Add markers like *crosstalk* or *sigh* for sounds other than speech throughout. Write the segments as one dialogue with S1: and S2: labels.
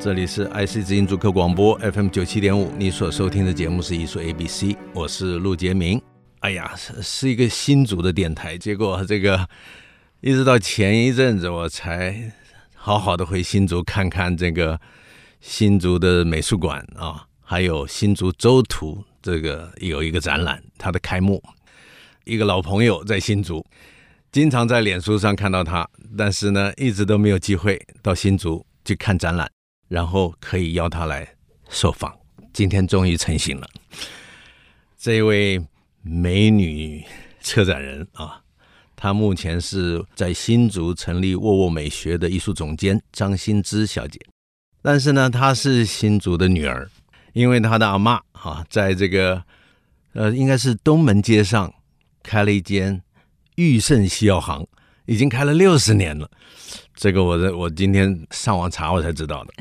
S1: 这里是 IC 之音主客广播 FM 九七点五，你所收听的节目是艺术 ABC，我是陆杰明。哎呀，是是一个新组的电台，结果这个一直到前一阵子我才好好的回新竹看看这个新竹的美术馆啊，还有新竹州图这个有一个展览，它的开幕，一个老朋友在新竹，经常在脸书上看到他，但是呢一直都没有机会到新竹去看展览。然后可以邀他来受访。今天终于成型了，这位美女策展人啊，她目前是在新竹成立沃沃美学的艺术总监张新之小姐，但是呢，她是新竹的女儿，因为她的阿妈啊，在这个呃，应该是东门街上开了一间裕盛西药行，已经开了六十年了。这个我在我今天上网查我才知道的。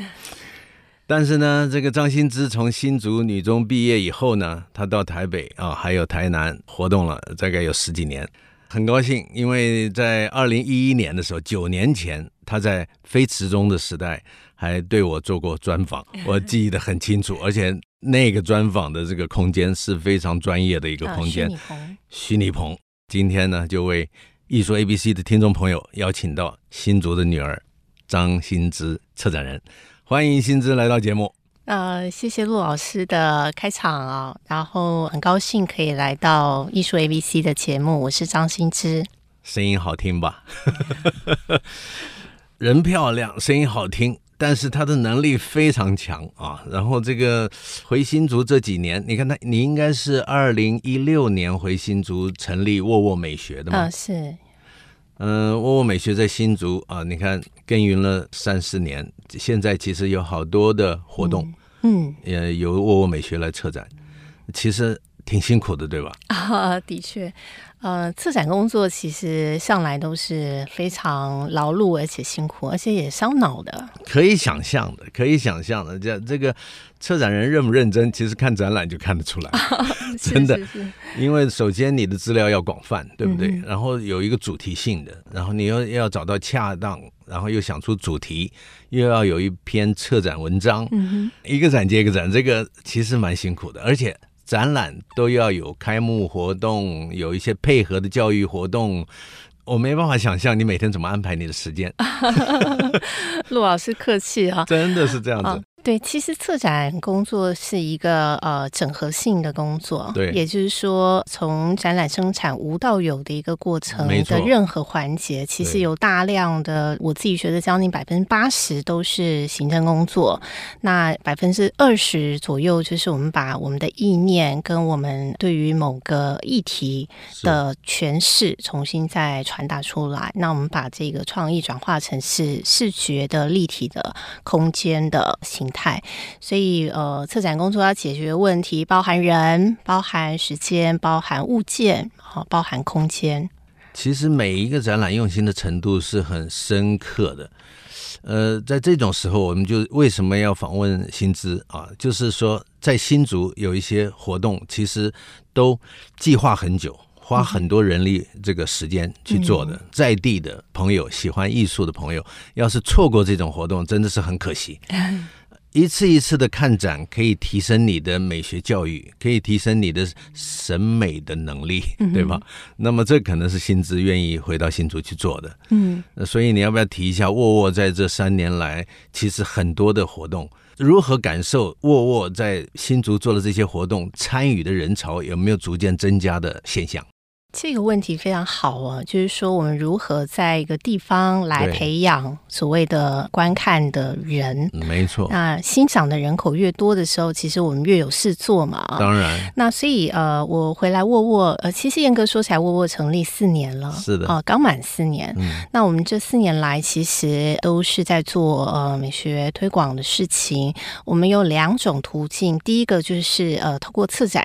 S1: 但是呢，这个张新之从新竹女中毕业以后呢，她到台北啊，还有台南活动了，大概有十几年。很高兴，因为在二零一一年的时候，九年前，她在非池中的时代还对我做过专访，我记得很清楚，而且那个专访的这个空间是非常专业的一个
S2: 啊
S1: 空间，徐尼鹏。今天呢，就为艺术 ABC 的听众朋友邀请到新竹的女儿张新之策展人，欢迎新之来到节目。
S3: 呃，谢谢陆老师的开场啊，然后很高兴可以来到艺术 ABC 的节目，我是张新之。
S1: 声音好听吧？ *laughs* 人漂亮，声音好听，但是她的能力非常强啊。然后这个回新竹这几年，你看她，你应该是二零一六年回新竹成立沃沃美学的嘛？
S3: 嗯、是
S1: 嗯，沃沃美学在新竹啊，你看耕耘了三四年，现在其实有好多的活动，
S3: 嗯
S1: 也由沃沃美学来策展，其实挺辛苦的，对吧？
S3: *laughs* 啊，的确，呃，策展工作其实向来都是非常劳碌而且辛苦，而且也伤脑的。
S1: 可以想象的，可以想象的，这这个策展人认不认真，其实看展览就看得出来，真的
S3: *laughs* 是是 *laughs* 是
S1: 因为首先你的资料要广泛，对不对？然后有一个主题性的，然后你又要找到恰当，然后又想出主题，又要有一篇策展文章，嗯、一个展接一个展，这个其实蛮辛苦的，而且。展览都要有开幕活动，有一些配合的教育活动，我没办法想象你每天怎么安排你的时间，
S3: 陆老师客气啊。
S1: 真的是这样
S3: 啊，
S1: 子。
S3: 对，其实策展工作是一个呃整合性的工作，
S1: 对
S3: 也就是说从展览生产无到有的一个过程
S1: 没错
S3: 的任何环节，其实
S1: 对
S3: 有大量的，我自己觉得将近百分之八十都是行政工作，那百分之二十左右就是我们把我们的意念跟我们对于某个议题
S1: 是
S3: 的诠释重新再传达出来。那我们把这个创意转化成是视觉的立体的空间的形态。所以，呃，策展工作要解决问题，包含人，包含时间，包含物件，好、包含空间。
S1: 其实每一个展览用心的程度是很深刻的。呃，在这种时候，我们就为什么要访问新知啊？就是说，在新竹有一些活动，其实都计划很久，花很多人力、这个时间去做的。在地的朋友，喜欢艺术的朋友，要是错过这种活动，真的是很可惜。一次一次的看展，可以提升你的美学教育，可以提升你的审美的能力，对吧？那么这可能是新知愿意回到新竹去做的。
S3: 嗯，
S1: 呃所以你要不要提一下沃沃在这三年来其实很多的活动，如何感受沃沃在新竹做的这些活动参与的人潮有没有逐渐增加的现象？
S3: 这个问题非常好啊，就是说我们如何在一个地方来
S1: 对
S3: 培养所谓的观看的人。
S1: 没错，
S3: 那欣赏的人口越多的时候，其实我们越有事做嘛。啊
S1: 当然
S3: 那所以呃，我回来沃沃呃，其实严格说起来，沃沃成立四年了，
S1: 是的
S3: 啊、刚满四年。
S1: 嗯
S3: 那我们这四年来，其实都是在做呃美学推广的事情。我们有两种途径，第一个就是呃透过策展，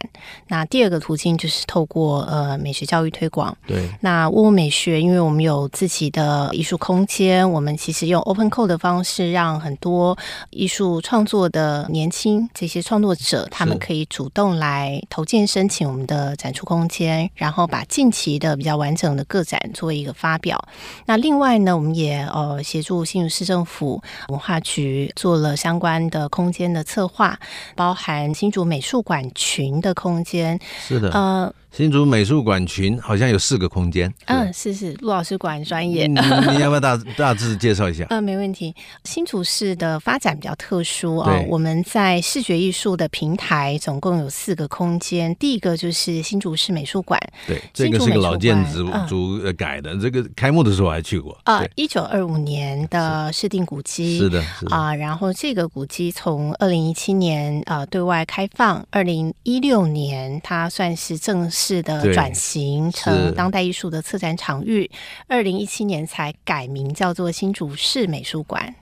S3: 那第二个途径就是透过呃美学教育推广。
S1: 对，
S3: 那沃沃美学，因为我们有自己的艺术空间，我们其实用 open call 的方式，让很多艺术创作的年轻这些创作者，他们可以主动来投件申请我们的展出空间，然后把近期的比较完整的个展做一个发表。那另外呢，我们也呃协助新竹市政府文化局做了相关的空间的策划，包含新竹美术馆群的空间，
S1: 是的。
S3: 呃，
S1: 新竹美术馆群好像有四个空间，
S3: 嗯，是是，陆老师果然专业。
S1: 是吧，你你要不要大大致介绍一
S3: *laughs*
S1: 下？
S3: 呃，没问题。新竹市的发展比较特殊啊、
S1: 对
S3: 我们在视觉艺术的平台总共有四个空间，第一个就是新竹市美术馆，
S1: 对，这
S3: 新
S1: 个
S3: 竹
S1: 是个
S3: 美术
S1: 老建
S3: 馆
S1: 筑
S3: 嗯
S1: 筑呃改的，这个开幕的时候我还去过，
S3: 啊
S1: 对，，
S3: 一九二五年的市定古迹，
S1: 是的，是的，
S3: 啊、然后这个古迹从二零一七年啊对外开放，二零一六年它算是正式的
S1: 对
S3: 转型
S1: 是
S3: 成当代艺术的策展场域，二零一七年才改名叫做新竹市美术馆。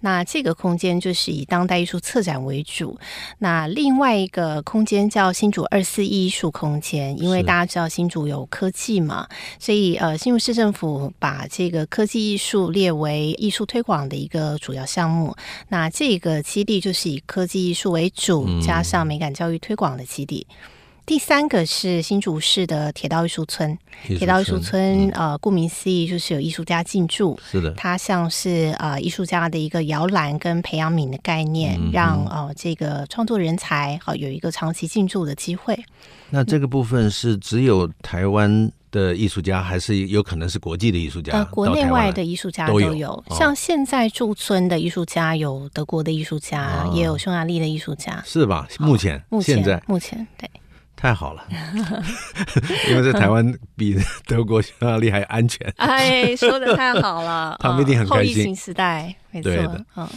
S3: 那这个空间就是以当代艺术策展为主，那另外一个空间叫新竹二四一艺术空间，因为
S1: 是
S3: 大家知道新竹有科技嘛，所以呃，新竹市政府把这个科技艺术列为艺术推广的一个主要项目。那这个基地就是以科技艺术为主，
S1: 嗯
S3: 加上美感教育推广的基地。第三个是新竹市的铁道艺术村，铁道艺术村、
S1: 嗯
S3: 呃，顾名思义就是有艺术家进驻，
S1: 是的，
S3: 它像是呃艺术家的一个摇篮跟培养皿的概念，
S1: 嗯哼
S3: 让呃这个创作人才好、有一个长期进驻的机会。
S1: 那
S3: 嗯
S1: 这个部分是只有台湾的艺术家，还是有可能是国际的艺术家？
S3: 呃，国
S1: 啊
S3: 内外的
S1: 到台湾来
S3: 艺术家
S1: 都
S3: 都
S1: 有
S3: 有，
S1: 哦
S3: 像现在驻村的艺术家有德国的艺术家，
S1: 啊
S3: 也有匈牙利的艺术家。
S1: 是吧？目前
S3: 哦目前
S1: 现在
S3: 目前对
S1: 太好
S3: *laughs*
S1: 了，因为在台湾比德国、匈牙利还安全。，
S3: 哎，说的太好了
S1: *laughs* 他们一定很
S3: 嗯后
S1: 开
S3: 疫
S1: 心
S3: 情时代，没错
S1: 对的，
S3: 嗯。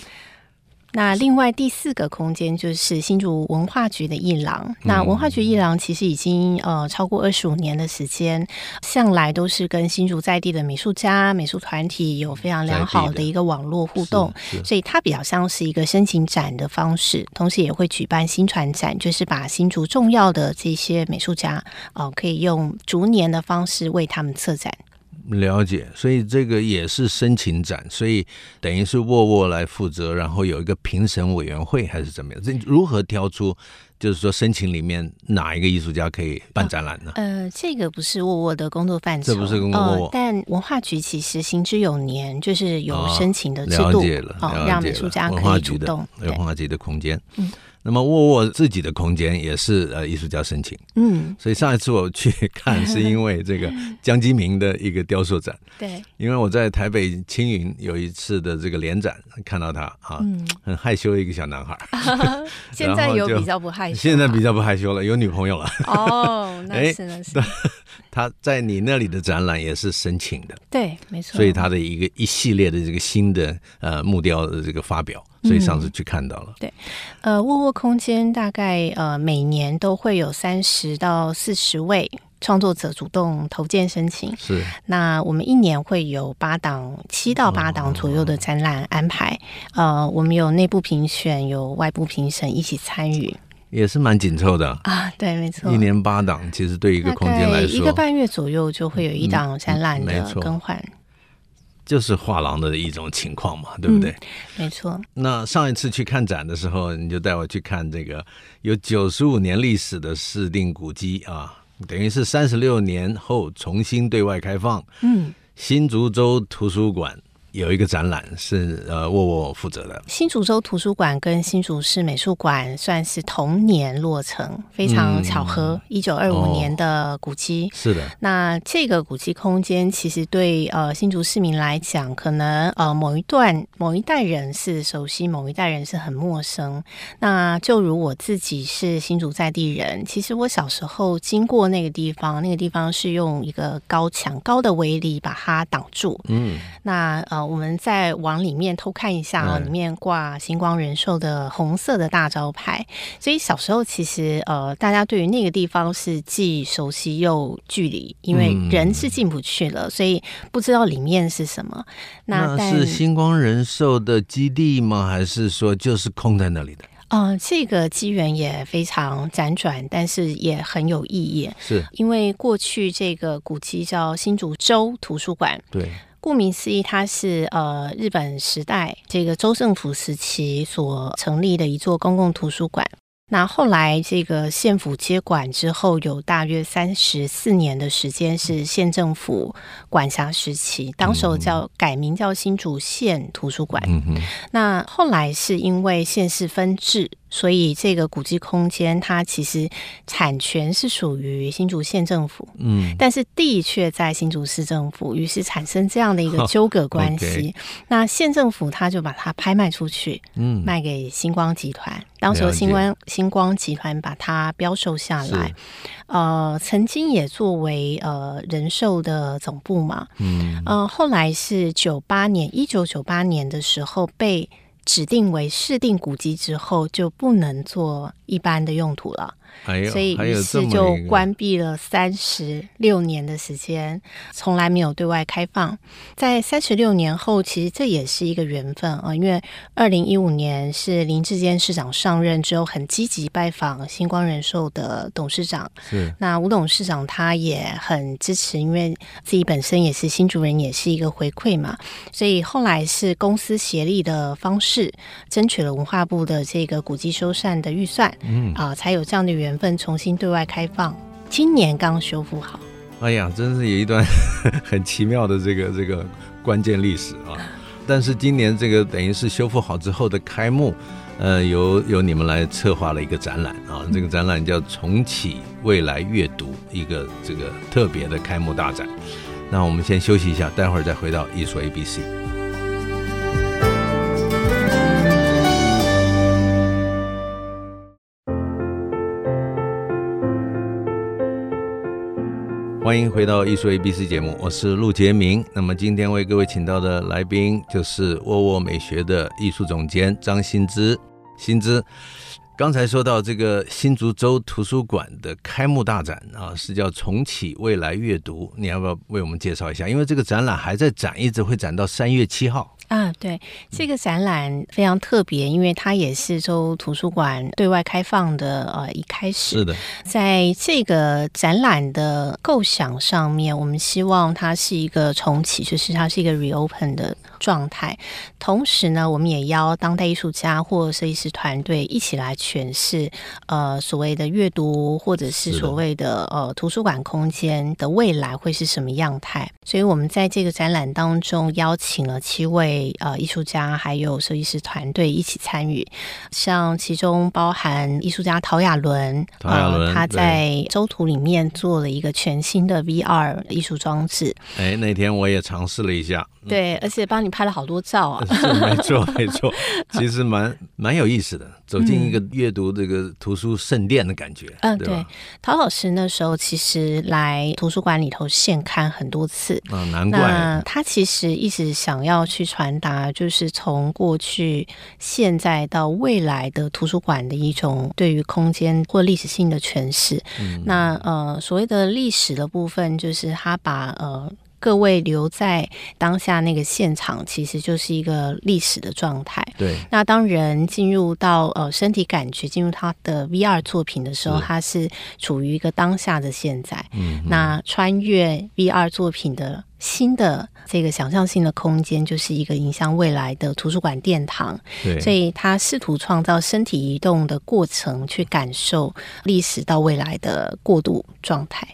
S3: 那另外第四个空间就是新竹文化局的艺廊。
S1: 嗯
S3: 那文化局艺廊其实已经呃超过二十五年的时间，向来都是跟新竹在地的美术家、美术团体有非常良
S1: 在
S3: 好
S1: 地
S3: 的
S1: 的
S3: 一个网络互动，
S1: 是
S3: 所以它比较像是一个申请展的方式，同时也会举办新传展，就是把新竹重要的这些美术家，呃，可以用逐年的方式为他们策展。
S1: 了解，所以这个也是申请展，所以等于是沃沃来负责，然后有一个评审委员会还是怎么样？这如何挑出，就是说申请里面哪一个艺术家可以办展览呢？
S3: 呃，这个不是沃沃的工作范畴，
S1: 这不是工作沃沃
S3: 呃但文化局其实行之有年，就是有申请的制
S1: 啊了
S3: 度，
S1: 解了，
S3: 哦
S1: 了解
S3: 让
S1: 了
S3: 美术家
S1: 文化
S3: 可以
S1: 局
S3: 主
S1: 的
S3: 动。
S1: 有
S3: 对
S1: 文，化局的空间。
S3: 嗯
S1: 那么沃沃自己的空间也是呃艺术家申请，
S3: 嗯，
S1: 所以上一次我
S3: *laughs*
S1: 去看是因为这个江基明的一个雕塑展，
S3: 对，
S1: 因为我在台北青云有一次的这个联展看到他啊，
S3: 嗯，
S1: 很害羞的一个小男孩，
S3: *laughs* 现在有
S1: 就
S3: 比较
S1: *laughs*
S3: 不害羞啊，
S1: 现在比较不害羞了，有女朋友了。 *laughs*
S3: 哦，
S1: 哎
S3: 那是那是，
S1: 他在你那里的展览也是申请的，
S3: *laughs* 对，没错，
S1: 所以他的一个一系列的这个新的呃木雕的这个发表，所以
S3: 嗯
S1: 上次去看到了。
S3: 呃，沃沃空间大概呃每年都会有三十到四十位创作者主动投件申请，
S1: 是
S3: 那我们一年会有八档，七到八
S1: 哦
S3: 档左右的展览安排。呃，我们有内部评选，有外部评审一起参与
S1: 也是蛮紧凑的，
S3: 啊。对，没错，
S1: 一年八档，其实对一
S3: 一
S1: 个空间来
S3: 一个
S1: 说，
S3: 半月左右就会有一档展览
S1: 嗯没
S3: 的
S1: 错
S3: 更换。
S1: 就是画廊的一种情况嘛，对不对？
S3: 没错，
S1: 那上一次去看展的时候，你就带我去看这个有九十五年历史的市定古迹啊，等于是三十六年后重新对外开放，
S3: 嗯，
S1: 新竹州图书馆有一个展览是呃沃沃负责的，
S3: 新竹州图书馆跟新竹市美术馆算是同年落成，非常
S1: 嗯
S3: 巧合。一九二
S1: 哦
S3: 五年的古迹，
S1: 是的，
S3: 那这个古迹空间其实对呃新竹市民来讲，可能呃某一段某一代人是熟悉，某一代人是很陌生。那就如我自己是新竹在地人，其实我小时候经过那个地方，那个地方是用一个高墙高的围篱把它挡住。
S1: 嗯，
S3: 那呃我们再往里面偷看一下啊、
S1: 嗯
S3: 里面挂星光人寿的红色的大招牌。所以小时候其实呃，大家对于那个地方是既熟悉又距离，因为
S1: 嗯
S3: 人是进不去了，所以不知道里面是什么。
S1: 那
S3: 但
S1: 是星光人寿的基地吗？还是说就是空在那里的？
S3: 呃，这个机缘也非常辗转，但是也很有意义，
S1: 是
S3: 因为过去这个古迹叫新竹州图书馆，
S1: 对，
S3: 顾名思义，它是呃日本时代这个州政府时期所成立的一座公共图书馆。那后来这个县府接管之后，有大约三十四年的时间是县政府管辖时期，当时候叫改名叫新竹县图书馆。
S1: 嗯哼，
S3: 那后来是因为县市分治，所以这个古迹空间它其实产权是属于新竹县政府。
S1: 嗯，
S3: 但是地却在新竹市政府，于是产生这样的一个纠
S1: *laughs*
S3: 葛关系。
S1: OK
S3: 那县政府他就把它拍卖出去，
S1: 嗯，
S3: 卖给星光集团。当时
S1: 了
S3: 候
S1: 解
S3: 星光星光集团把它标售下来
S1: 是，
S3: 呃，曾经也作为呃人寿的总部嘛，
S1: 嗯，
S3: 呃，后来是九八年，一九九八年的时候被指定为市定古迹之后，就不能做一般的用途了。
S1: 还有
S3: 所以
S1: 还
S3: 于
S1: 有这
S3: 是
S1: 么
S3: 就
S1: 一个
S3: 关闭了三十六年的时间，从来没有对外开放。在三十六年后，其实这也是一个缘分啊、呃因为二零一五年是林志坚市长上任之后，很积极拜访星光人寿的董事长。
S1: 是
S3: 那吴董事长他也很支持，因为自己本身也是新竹人，也是一个回馈嘛，所以后来是公司协力的方式，争取了文化部的这个古迹修缮的预算，
S1: 嗯
S3: 啊、才有这样的缘分重新对外开放。今年刚修复好，
S1: 哎呀，真是有一段 *laughs* 很奇妙的这个这个关键历史啊！但是今年这个等于是修复好之后的开幕，呃，由由你们来策划了一个展览啊，这个展览叫“重启未来阅读”，一个这个特别的开幕大展。那我们先休息一下，待会儿再回到艺术 A B C。欢迎回到艺术 ABC 节目，我是陆杰明。那么今天为各位请到的来宾就是沃沃美学的艺术总监张新之。新之，刚才说到这个新竹州图书馆的开幕大展啊，是叫“重启未来阅读”，你要不要为我们介绍一下？因为这个展览还在展，一直会展到三月七号。
S3: 啊，对，这个展览非常特别，因为它也是州图书馆对外开放的呃一开始。
S1: 的，
S3: 在这个展览的构想上面，我们希望它是一个重启，就是它是一个 reopen 的状态。同时呢，我们也邀当代艺术家或设计师团队一起来诠释，呃，所谓的阅读或者是
S1: 是的
S3: 所谓的呃图书馆空间的未来会是什么样态。所以我们在这个展览当中邀请了七位呃艺术家还有设计师团队一起参与，像其中包含艺术家陶亚伦，
S1: 陶亚伦
S3: 呃，他
S1: 对
S3: 在周图里面做了一个全新的 VR 艺术装置，
S1: 哎，那天我也尝试了一下，嗯
S3: 对，而且帮你拍了好多照啊。
S1: 是没错没错，其实蛮蛮有意思的，走进一个阅读这个图书圣殿的感觉，
S3: 嗯
S1: 对吧？
S3: 陶老师那时候其实来图书馆里头现看很多次，
S1: 啊，难
S3: 那
S1: 怪，
S3: 他其实一直想要去传达，就是从过去、现在到未来的图书馆的一种对于空间或历史性的诠释。
S1: 嗯
S3: 那呃，所谓的历史的部分，就是他把呃。各位留在当下那个现场，其实就是一个历史的状态。
S1: 对，
S3: 那当人进入到呃身体感觉进入他的 VR 作品的时候，
S1: 是
S3: 他是处于一个当下的现在。
S1: 嗯哼，
S3: 那穿越 VR 作品的新的这个想象性的空间，就是一个影响未来的图书馆殿堂。
S1: 对，
S3: 所以，他试图创造身体移动的过程，去感受历史到未来的过渡状态。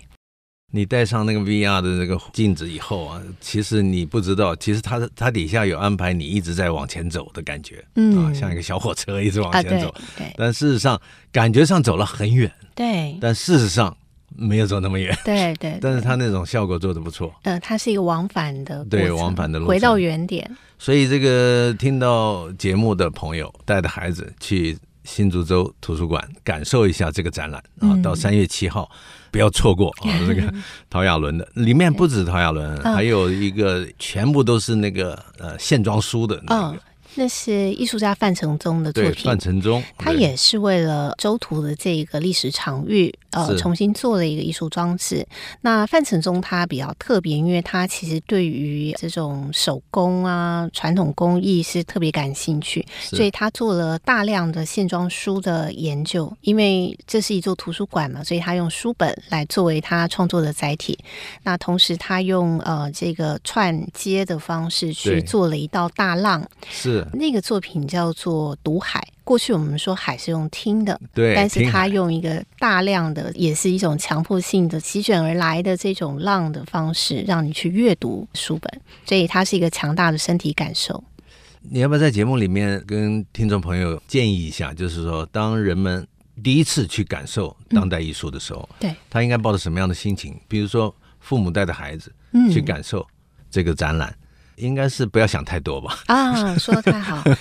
S1: 你戴上那个 VR 的那个镜子以后啊，其实你不知道，其实它它底下有安排你一直在往前走的感觉，
S3: 嗯
S1: 啊，像一个小火车一直往
S3: 啊，
S1: 前
S3: 对
S1: 走，
S3: 对
S1: 但事实上感觉上走了很远，
S3: 对
S1: 但事实上没有走那么远，
S3: 对 *laughs* 对，
S1: 但是它那种效果做的不错。
S3: 呃，它是一个往返的
S1: 对
S3: 过程
S1: 往返的路
S3: 回到
S1: 程
S3: 原点，
S1: 所以这个听到节目的朋友，带着孩子去新竹州图书馆感受一下这个展览啊，
S3: 嗯
S1: 到三月七号不要错过
S3: *laughs*
S1: 啊！这个陶亚伦的里面不止陶亚伦，
S3: 嗯
S1: 还有一个全部都是那个呃线装书的那
S3: 嗯
S1: 个，，
S3: 那是艺术家范承宗的作
S1: 对，
S3: 品
S1: 范。承宗，
S3: 他
S1: 对
S3: 也是为了周图的这个历史场域，呃，
S1: 是
S3: 重新做了一个艺术装置。那范承宗他比较特别，因为他其实对于这种手工啊、传统工艺是特别感兴趣，
S1: 是
S3: 所以他做了大量的线装书的研究。因为这是一座图书馆嘛，所以他用书本来作为他创作的载体。那同时，他用呃这个串接的方式去
S1: 对
S3: 做了一道大浪，
S1: 是
S3: 那个作品叫做《读海》。过去我们说海是用听的，
S1: 对，
S3: 但是
S1: 听
S3: 它
S1: 海
S3: 用一个大量的，也是一种强迫性的席卷而来的这种浪的方式，让你去阅读书本，所以它是一个强大的身体感受。
S1: 你要不要在节目里面跟听众朋友建议一下，就是说，当人们第一次去感受当代艺术的时候，
S3: 嗯对
S1: 他应该抱着什么样的心情？比如说，父母带着孩子
S3: 嗯，
S1: 去感受这个展览，应该是不要想太多吧？ *laughs*
S3: 啊，说的太好。 *laughs*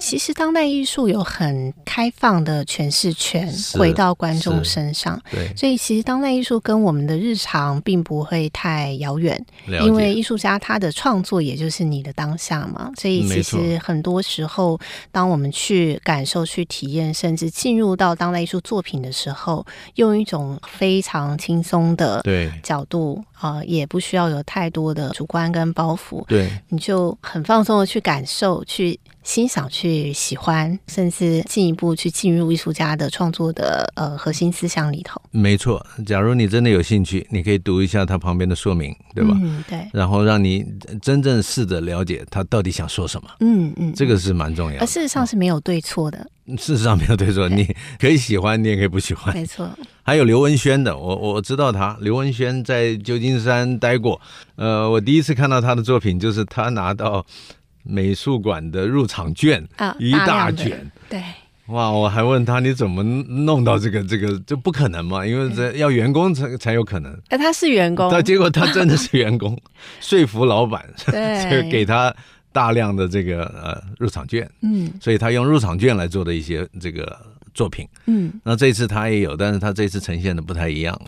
S3: 其实当代艺术有很开放的诠释权，
S1: 是
S3: 回到观众
S1: 是
S3: 身上。
S1: 对，
S3: 所以其实当代艺术跟我们的日常并不会太遥远，
S1: 了
S3: 因为
S1: 解，
S3: 艺术家他的创作也就是你的当下嘛，所以其
S1: 嗯没错
S3: 实很多时候，当我们去感受、去体验，甚至进入到当代艺术作品的时候，用一种非常轻松的
S1: 对
S3: 角度啊、呃也不需要有太多的主观跟包袱，
S1: 对，
S3: 你就很放松的去感受、去欣赏、去喜欢，甚至进一步去进入艺术家的创作的呃核心思想里头，
S1: 没错。假如你真的有兴趣，你可以读一下它旁边的说明，对吧？
S3: 嗯，对，
S1: 然后让你真正试着了解他到底想说什么，
S3: 嗯嗯，
S1: 这。个是蛮重要
S3: 而
S1: 的。
S3: 事实上是没有对错的，
S1: 事实上没有对错，你可以喜欢，你也可以不喜欢。
S3: 没错，
S1: 还有刘文轩的，我我知道他，刘文轩在旧金山待过。呃，我第一次看到他的作品，就是他拿到美术馆的入场券
S3: 啊
S1: 一
S3: 大量
S1: 大
S3: 的
S1: 卷。
S3: 对，
S1: 哇！我还问他你怎么弄到这个这个，这不可能嘛，因为这要员工才才有可能。
S3: 那他是嗯员工，
S1: 但结果他真的是员
S3: *laughs*
S1: 工，说服老板， *laughs*
S3: 对
S1: 就给他大量的这个呃入场券，
S3: 嗯
S1: 所以他用入场券来做的一些这个作品。
S3: 嗯，
S1: 那这次他也有，但是他这次呈现的不太一样。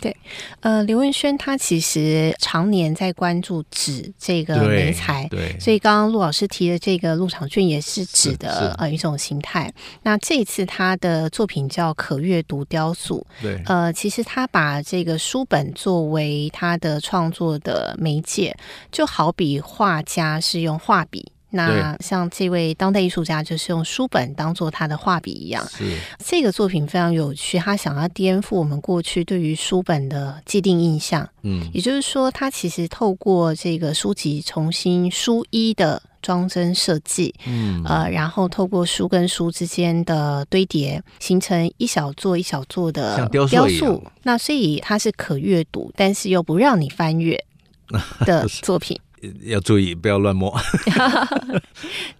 S3: 呃，刘文轩他其实常年在关注纸这个
S1: 对
S3: 媒材。
S1: 对，
S3: 所以刚刚陆老师提的这个入场券也是纸
S1: 是
S3: 的
S1: 是
S3: 呃一种形态。那这一次他的作品叫可阅读雕塑，
S1: 对，
S3: 呃，其实他把这个书本作为他的创作的媒介，就好比画家是用画笔，那像这位当代艺术家就是用书本当做他的画笔一样。
S1: 是
S3: 这个作品非常有趣，他想要颠覆我们过去对于书本的既定印象，
S1: 嗯，
S3: 也就是说，他其实透过这个书籍重新书衣的装帧设计，
S1: 嗯，
S3: 呃，然后透过书跟书之间的堆叠，形成一小座一小座的
S1: 像雕塑一样
S3: 那所以它是可阅读，但是又不让你
S1: *laughs*
S3: 翻阅的作品。
S1: 要注意不要乱摸，
S3: *laughs*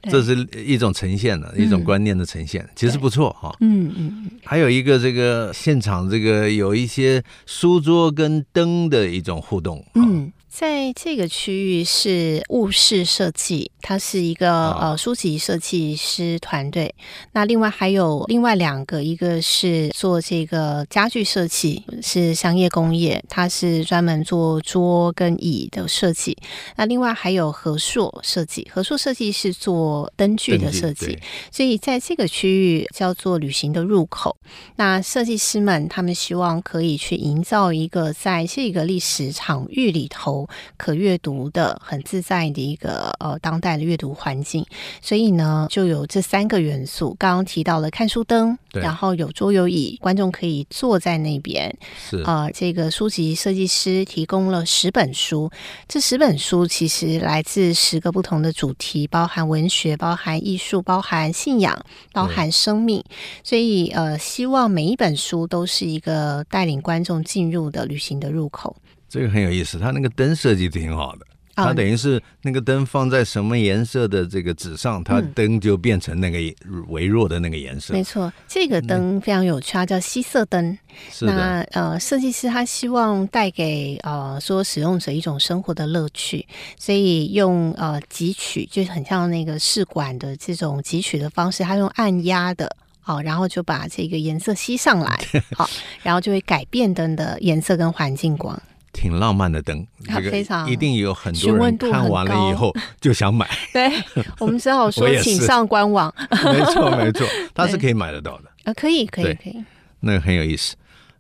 S3: 对
S1: 这是一种呈现的一种观念的呈现，其实不错哈。
S3: 嗯嗯嗯，
S1: 还有一个这个现场这个有一些书桌跟灯的一种互动，哈
S3: 嗯，在这个区域是物事设计，它是一个、
S1: 啊
S3: 呃书籍设计师团队。那另外还有另外两个，一个是做这个家具设计，是商业工业，它是专门做桌跟椅的设计。那另外还有和硕设计，和硕设计是做灯具的
S1: 灯具
S3: 设计
S1: 对。
S3: 所以在这个区域叫做旅行的入口。那设计师们他们希望可以去营造一个在这个历史场域里头可阅读的、很自在的一个呃当代的阅读环境。所以呢，就有这三个元素，刚刚提到了看书灯，
S1: 对
S3: 然后有桌游椅，观众可以坐在那边，
S1: 是
S3: 呃，这个书籍设计师提供了十本书，这十本书其实来自十个不同的主题，包含文学、包含艺术、包含信仰、包含生命，所以呃，希望每一本书都是一个带领观众进入的旅行的入口。
S1: 这个很有意思，它那个灯设计挺好的。
S3: 啊
S1: 它等于是那个灯放在什么颜色的这个纸上，它
S3: 嗯
S1: 灯就变成那个微弱的那个颜色
S3: 没。错，这个灯非常有趣，它叫吸色灯。
S1: 是的，
S3: 那呃，设计师他希望带给呃说使用者一种生活的乐趣，所以用呃汲取，就是很像那个试管的这种汲取的方式，他用按压的。好、然后就把这个颜色吸上
S1: *laughs*
S3: 来，好，然后就会改变灯的颜色跟环境光。
S1: 挺浪漫的灯，
S3: 啊
S1: 这个
S3: 非常
S1: 一定有很
S3: 询
S1: 多
S3: 问
S1: 人
S3: 度很
S1: 看完了以
S3: 高
S1: 后 *laughs* 就想买。
S3: 对我们只好说
S1: *laughs* 我，也
S3: 请
S1: 是
S3: 上官网。
S1: 没
S3: *laughs*
S1: 错，没错，它是
S3: 对
S1: 可以买得到的。
S3: 呃，可以，可以，
S1: 对
S3: 可以。
S1: 那个很有意思。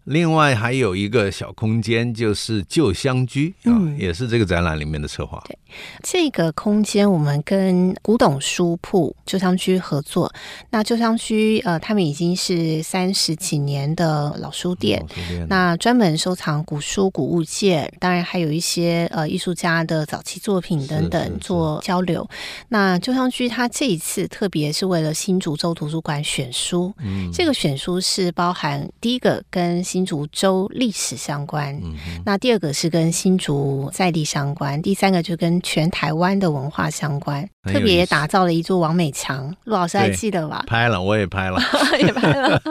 S1: 另外还有一个小空间，就是旧香居啊，
S3: 嗯
S1: 也是这个展览里面的策划。
S3: 这个空间我们跟古董书铺旧商区合作，那旧商区呃，他们已经是三十几年的老书店
S1: 老。书店
S3: 那专门收藏古书、古物件，当然还有一些呃艺术家的早期作品等
S1: 是是
S3: 等
S1: 是
S3: 做交流。那旧商区它这一次特别是为了新竹州图书馆选书，
S1: 嗯
S3: 这个选书是包含第一个跟新竹州历史相关，
S1: 嗯哼
S3: 那第二个是跟新竹在地相关，第三个就跟全台湾的文化相关，
S1: 很
S3: 特
S1: 有
S3: 别也
S1: 意思
S3: 打造了一座王美强，陆老师还
S1: 对
S3: 记
S1: *laughs*
S3: 得吧？
S1: 拍了，我也拍了。
S3: *laughs* 也拍
S1: *laughs*
S3: 了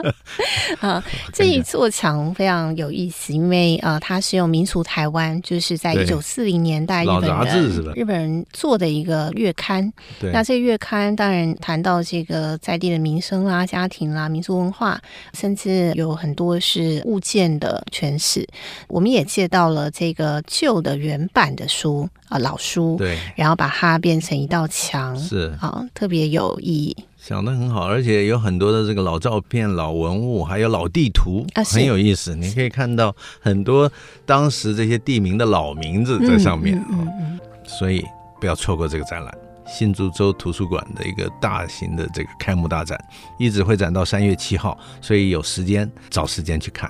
S3: 啊！这
S1: 跟
S3: 一
S1: 着
S3: 座墙非常有意思，因为呃，它是用民俗台湾，就是在一
S1: 对
S3: 九四零年代日
S1: 老
S3: 本
S1: 杂志是
S3: 人
S1: 吧
S3: 日本人做的一个月刊，
S1: 对，
S3: 那这个月刊当然谈到这个在地的民生啦、家庭啦、民族文化，甚至有很多是物件的诠释。我们也借到了这个旧的原版的书啊、老书，
S1: 对
S3: 然后把它变成一道墙，
S1: 是
S3: 啊，特别有意义。
S1: 想的很好，而且有很多的这个老照片、老文物，还有老地图，
S3: 啊是
S1: 很有意思。你可以看到很多当时这些地名的老名字在上面啊、
S3: 嗯嗯嗯嗯
S1: 所以不要错过这个展览。新竹州图书馆的一个大型的这个开幕大展，一直会展到三月七号，所以有时间找时间去看。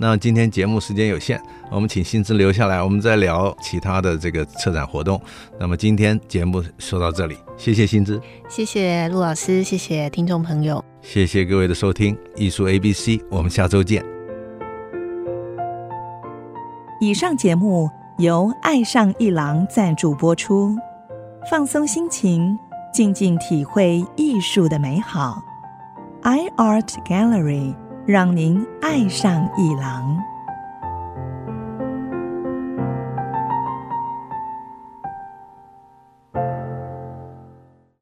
S1: 那今天节目时间有限，我们请新知留下来，我们再聊其他的这个策展活动。那么今天节目说到这里，谢谢新知，
S3: 谢谢陆老师，谢谢听众朋友。
S1: 谢谢各位的收听，艺术 A B C，我们下周见。
S4: 以上节目由爱上一郎赞助播出，放松心情，静静体会艺术的美好。iArt Gallery 让您爱上一郎。